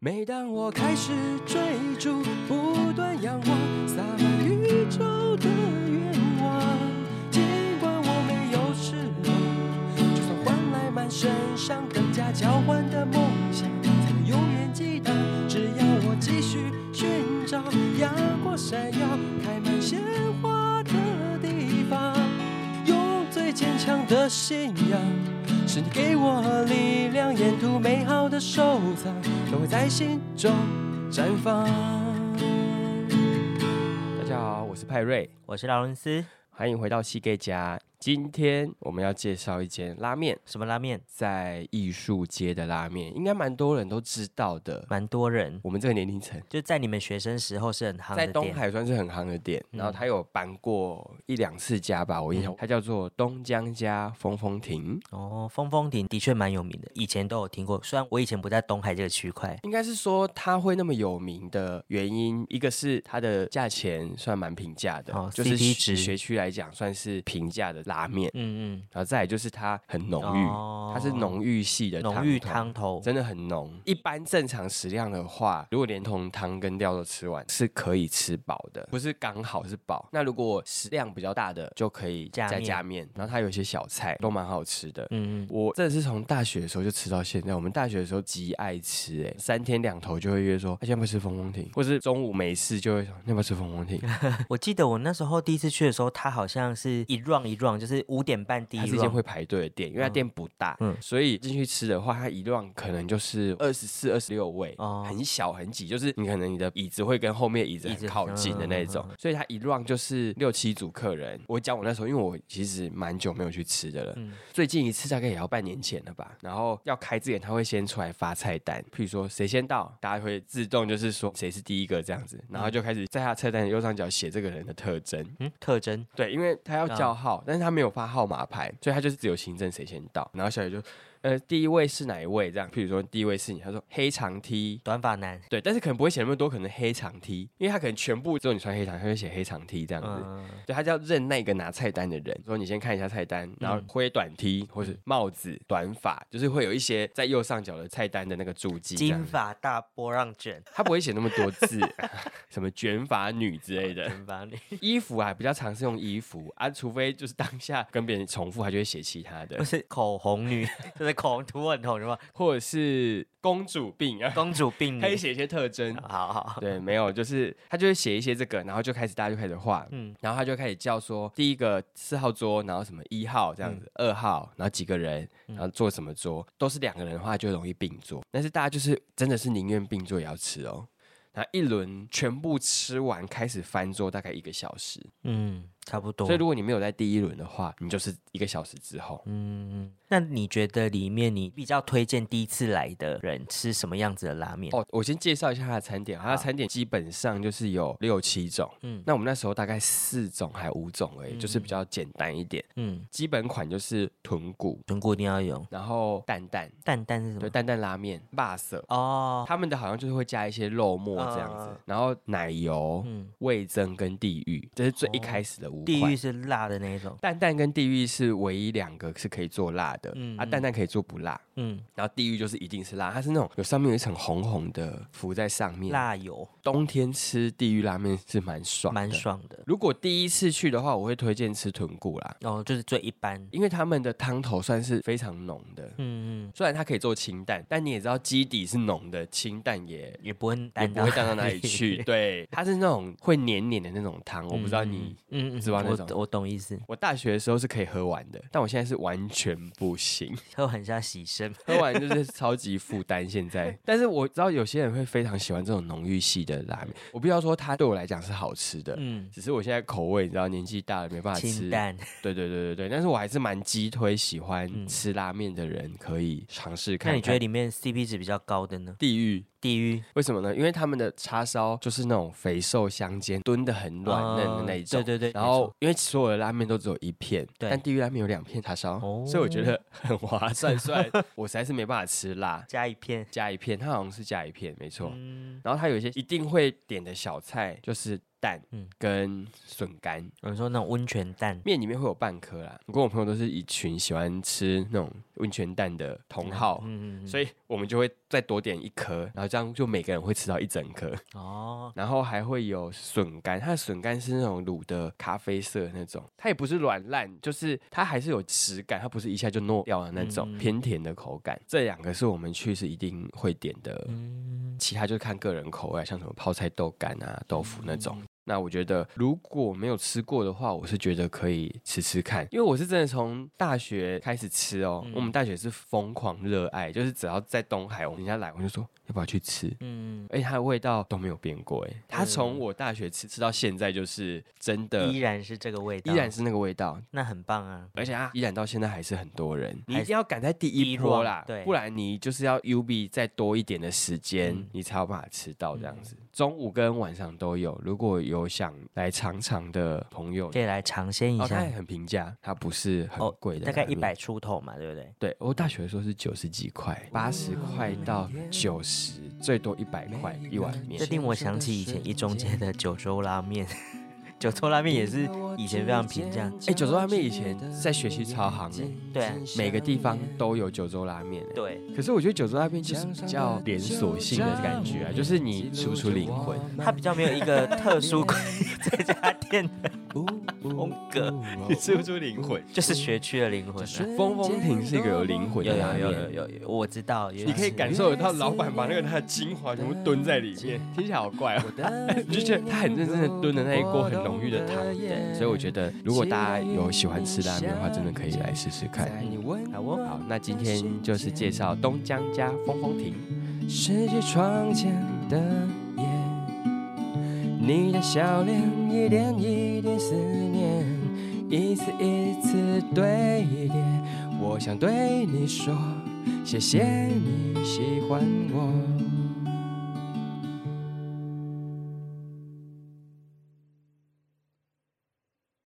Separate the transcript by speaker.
Speaker 1: 每当我开始追逐，不断仰望，洒满宇宙的愿望。尽管我没有翅膀，就算换来满身伤，更加交换的梦想，才能永远激荡。只要我继续寻找，阳光闪耀，开满鲜花的地方，用最坚强的信仰。是你给我力量，沿途美好的收藏都会在心中绽放。大家好，我是派瑞，
Speaker 2: 我是劳伦斯。
Speaker 1: 欢迎回到西给家。今天我们要介绍一间拉面，
Speaker 2: 什么拉面？
Speaker 1: 在艺术街的拉面，应该蛮多人都知道的。
Speaker 2: 蛮多人，
Speaker 1: 我们这个年龄层，
Speaker 2: 就在你们学生时候是很夯
Speaker 1: 在
Speaker 2: 的
Speaker 1: 东
Speaker 2: 店。
Speaker 1: 海算是很夯的店，
Speaker 2: 嗯
Speaker 1: 然后它有搬过一两次家吧，我印象，它叫做东江家风风亭。
Speaker 2: 哦，峰峰顶的确蛮有名的，以前都有听过。虽然我以前不在东海这个区块，
Speaker 1: 应该是说它会那么有名的原因，一个是它的价钱算蛮平价的，
Speaker 2: 哦
Speaker 1: 就是学
Speaker 2: CP 值
Speaker 1: 学区来讲算是平价的拉面，
Speaker 2: 嗯嗯，
Speaker 1: 然后再来就是它很浓郁，
Speaker 2: 哦
Speaker 1: 它是浓郁系的
Speaker 2: 浓郁
Speaker 1: 头
Speaker 2: 汤头，
Speaker 1: 真的很浓。一般正常食量的话，如果连同汤跟料都吃完，是可以吃饱的，不是刚好是饱。那如果食量比较大的，就可以
Speaker 2: 加
Speaker 1: 再
Speaker 2: 面
Speaker 1: 加面。然后它有一些小菜都蛮好吃的。
Speaker 2: 嗯嗯，
Speaker 1: 我真的是从大学的时候就吃到现在。我们大学的时候极爱吃、哎，三天两头就会约说，哎要不要吃风风亭？或是中午没事就会说，要不要吃风风亭？
Speaker 2: 我记得我那时候第一次去的时候，它好像是一 round 一 round，就是五点半第一
Speaker 1: 它是一间
Speaker 2: round，
Speaker 1: 会排队的店，因为它店不大，
Speaker 2: 嗯
Speaker 1: 所以进去吃的话，它一段可能就是二十四、二十六位，
Speaker 2: 哦
Speaker 1: 很小很挤，就是你可能你的椅子会跟后面椅子
Speaker 2: 椅
Speaker 1: 很
Speaker 2: 子嗯
Speaker 1: 靠近的那种，所以它一段就是六七组客人。我讲我那时候，因为我其实蛮久没有去吃的了，
Speaker 2: 嗯
Speaker 1: 最近一次大概也要半年前了吧。然后要开之前，他会先出来发菜单，譬如说谁先到，大家会自动就是说谁是第一个这样子，然后就开始在他的菜单的右上角写这个人的特征，
Speaker 2: 嗯，特征
Speaker 1: 对，因为他要
Speaker 2: 啊
Speaker 1: 叫号，但是他没有发号码牌，所以他就是只有行政谁先到。然后小姐就，呃，第一位是哪一位？这样，譬如说第一位是你，他说黑长 T，
Speaker 2: 短发男，
Speaker 1: 对，但是可能不会写那么多，可能黑长 T，因为他可能全部只有你穿黑长，他会写黑长 T 这样子。
Speaker 2: 嗯，
Speaker 1: 对，他就要认那个拿菜单的人，说你先看一下菜单，然后
Speaker 2: 嗯
Speaker 1: 灰短 T 或是帽子、短发，就是会有一些在右上角的菜单的那个注记这样
Speaker 2: 金
Speaker 1: 子。
Speaker 2: 发大波浪卷，
Speaker 1: 他不会写那么多 字，什么卷发女之类的。
Speaker 2: 卷发女，
Speaker 1: 衣服啊，比较常是用衣服啊，除非就是当下跟别人重复，他就会写其他
Speaker 2: 不
Speaker 1: 的，
Speaker 2: 是口红女， 就是口红涂很红的吗？
Speaker 1: 或者是公主病啊，
Speaker 2: 公主 病
Speaker 1: 可以
Speaker 2: 女，
Speaker 1: 写一些特征。
Speaker 2: 好好，
Speaker 1: 对，没有，就是他就会写一些这个，然后就开始大家就开始画，
Speaker 2: 嗯
Speaker 1: 然后他就开始叫说第一个四号桌，然后什么一号这
Speaker 2: 嗯
Speaker 1: 样子，二、号，然后几个人，然后坐什么桌，都是两个人的话就容易并坐，但是大家就是真的是宁愿并坐也要吃哦。然后一轮全部吃完，开始翻桌，大概一个小时。
Speaker 2: 嗯，差不多
Speaker 1: 所以。如果你没有在第一轮的话，你就是一个小时之后。
Speaker 2: 嗯，那你觉得里面你比较推荐第一次来的人吃什么样子的拉面？
Speaker 1: 哦，我先介绍一下它的餐点，它的
Speaker 2: 好
Speaker 1: 餐点基本上就是有六七种。
Speaker 2: 嗯
Speaker 1: 那我们那时候大概四种还五种而已，就是比较简单一点。
Speaker 2: 嗯，
Speaker 1: 基本款就是豚骨，
Speaker 2: 豚骨一定要有，
Speaker 1: 然后蛋蛋，
Speaker 2: 蛋蛋是什
Speaker 1: 对，
Speaker 2: 么？
Speaker 1: 蛋蛋拉面、辣色，
Speaker 2: 哦，
Speaker 1: 他们的好像就是会加一些肉末这样子
Speaker 2: 嗯，
Speaker 1: 然后奶油、
Speaker 2: 嗯，
Speaker 1: 味增跟地狱，这是最一
Speaker 2: 哦
Speaker 1: 开始的五
Speaker 2: 地
Speaker 1: 款
Speaker 2: 狱。是辣的那一种，
Speaker 1: 蛋蛋跟地狱是唯一两个是可以做辣的，
Speaker 2: 嗯
Speaker 1: 啊，
Speaker 2: 嗯
Speaker 1: 蛋蛋可以做不辣。
Speaker 2: 嗯，
Speaker 1: 然后地狱就是一定是辣，它是那种有上面有一层红红的浮在上面。
Speaker 2: 辣油，
Speaker 1: 冬天吃地狱拉面是蛮爽，
Speaker 2: 蛮。爽的。
Speaker 1: 如果第一次去的话，我会推荐吃豚骨啦，
Speaker 2: 哦，就是最一般，
Speaker 1: 因为他们的汤头算是非常浓的。
Speaker 2: 嗯嗯，
Speaker 1: 虽然它可以做清淡，但你也知道基底是浓的，清淡也
Speaker 2: 也不会
Speaker 1: 也
Speaker 2: 淡
Speaker 1: 不会淡到哪里 去。
Speaker 2: 嗯。
Speaker 1: 对，它是那种会黏黏的那种汤，我不知道你。
Speaker 2: 嗯嗯
Speaker 1: 知道那
Speaker 2: 我
Speaker 1: 种
Speaker 2: 我懂意思，
Speaker 1: 我大学的时候是可以喝完的，但我现在是完全不 行。
Speaker 2: 就很像洗身。
Speaker 1: 喝完就是超级负担。现在，但是我知道有些人会非常喜欢这种浓郁系的拉面。我必须要说，它对我来讲是好吃的。
Speaker 2: 嗯，
Speaker 1: 只是我现在口味，你知道，年纪大了没办法吃
Speaker 2: 清。淡，
Speaker 1: 对对对对对，但是我还是蛮激推喜欢
Speaker 2: 嗯
Speaker 1: 吃拉面的人可以尝试看
Speaker 2: 那
Speaker 1: 看。
Speaker 2: 你觉得里面 CP 值比较高的呢？
Speaker 1: 地狱
Speaker 2: 地狱
Speaker 1: 为什么呢？因为他们的叉烧就是那种肥瘦相间，蹲的很软嫩的那一种。
Speaker 2: 嗯对对对，
Speaker 1: 然后，因为所有的拉面都只有一片，
Speaker 2: 对
Speaker 1: 但地狱拉面有两片叉烧，
Speaker 2: 哦
Speaker 1: 所以我觉得很划算。虽然我实在是没办法吃 辣，
Speaker 2: 加一片，
Speaker 1: 加一片，它好像是加一片，没错。
Speaker 2: 嗯，
Speaker 1: 然后它有一些一定会点的小菜，就是蛋，
Speaker 2: 嗯
Speaker 1: 跟笋干，
Speaker 2: 有哦人说那种温泉蛋，
Speaker 1: 面里面会有半颗啦。我跟我朋友都是一群喜欢吃那种温泉蛋的同好，
Speaker 2: 嗯嗯嗯
Speaker 1: 哦所以我们就会再多点一颗，然后这样就每个人会吃到一整颗。
Speaker 2: 哦，
Speaker 1: 然后还会有笋干，它的笋干是那种卤的咖啡色的那种，它也不是软烂，就是它还是有质感，它不是一下就糯掉的那种、
Speaker 2: 嗯
Speaker 1: 偏甜的口感。这两个是我们去是一定会点的，
Speaker 2: 嗯，
Speaker 1: 其他就看个人口味啊，像什么泡菜豆干啊、豆腐那种。
Speaker 2: 嗯
Speaker 1: 那我觉得，如果没有吃过的话，我是觉得可以吃吃看，因为我是真的从大学开始吃哦。
Speaker 2: 嗯
Speaker 1: 我们大学是疯狂热爱，就是只要在东海，我们家来，我就说要不要去吃，
Speaker 2: 嗯，
Speaker 1: 哎而且它的味道都没有变过，哎，它从
Speaker 2: 嗯
Speaker 1: 我大学吃吃到现在，就是真的
Speaker 2: 依然是这个味道，
Speaker 1: 依然是那个味道，
Speaker 2: 那很棒啊，
Speaker 1: 而且它依然到现在还是很多人。你
Speaker 2: 还
Speaker 1: 一定要赶在第一波啦，
Speaker 2: 第一 round，对
Speaker 1: 不然你就是要 UB 再多一点的时间，
Speaker 2: 嗯
Speaker 1: 你才有办法吃到这样子。中午跟晚上都有，如果有想来尝尝的朋友，
Speaker 2: 可以来尝鲜一
Speaker 1: 哦，它
Speaker 2: 下
Speaker 1: 也，很平价，它不是很
Speaker 2: 哦
Speaker 1: 贵的、
Speaker 2: 大概一。百出头嘛，对不对？
Speaker 1: 对我大学的时候是九十几块，八十块到九十，最多一百块一碗面
Speaker 2: 这。令我想起以前一中街的九州拉面， 九州拉面也是以前非常平价。
Speaker 1: 哎、九州拉面以前在学习超行哎、
Speaker 2: 对啊，
Speaker 1: 每个地方都有九州拉面、欸。
Speaker 2: 对，
Speaker 1: 可是我觉得九州那边就是比较连锁性的感觉啊，就是你吃不出灵魂。
Speaker 2: 它比较没有一个特殊规这家店 的风格，
Speaker 1: 你吃不出灵魂。
Speaker 2: 就是学区的灵魂啊。
Speaker 1: 风风亭是一个有灵魂
Speaker 2: 有
Speaker 1: 的拉
Speaker 2: 有有有
Speaker 1: 面，
Speaker 2: 有有，我知道，有
Speaker 1: 你可以感受得到老板把那个他的精华全部蹲在里面，听起来好怪哦。 你就觉得他很认真的蹲的那一锅很浓郁的汤，对，所以我觉得如果大家有喜欢吃拉面的话，真的可以来试试看。
Speaker 2: 好哦，
Speaker 1: 好，那今天就是介绍东江家风风亭。
Speaker 3: 世界窗前的夜，你的笑脸一点一点思念，一次一次堆叠。我想对你说，谢谢你喜欢我。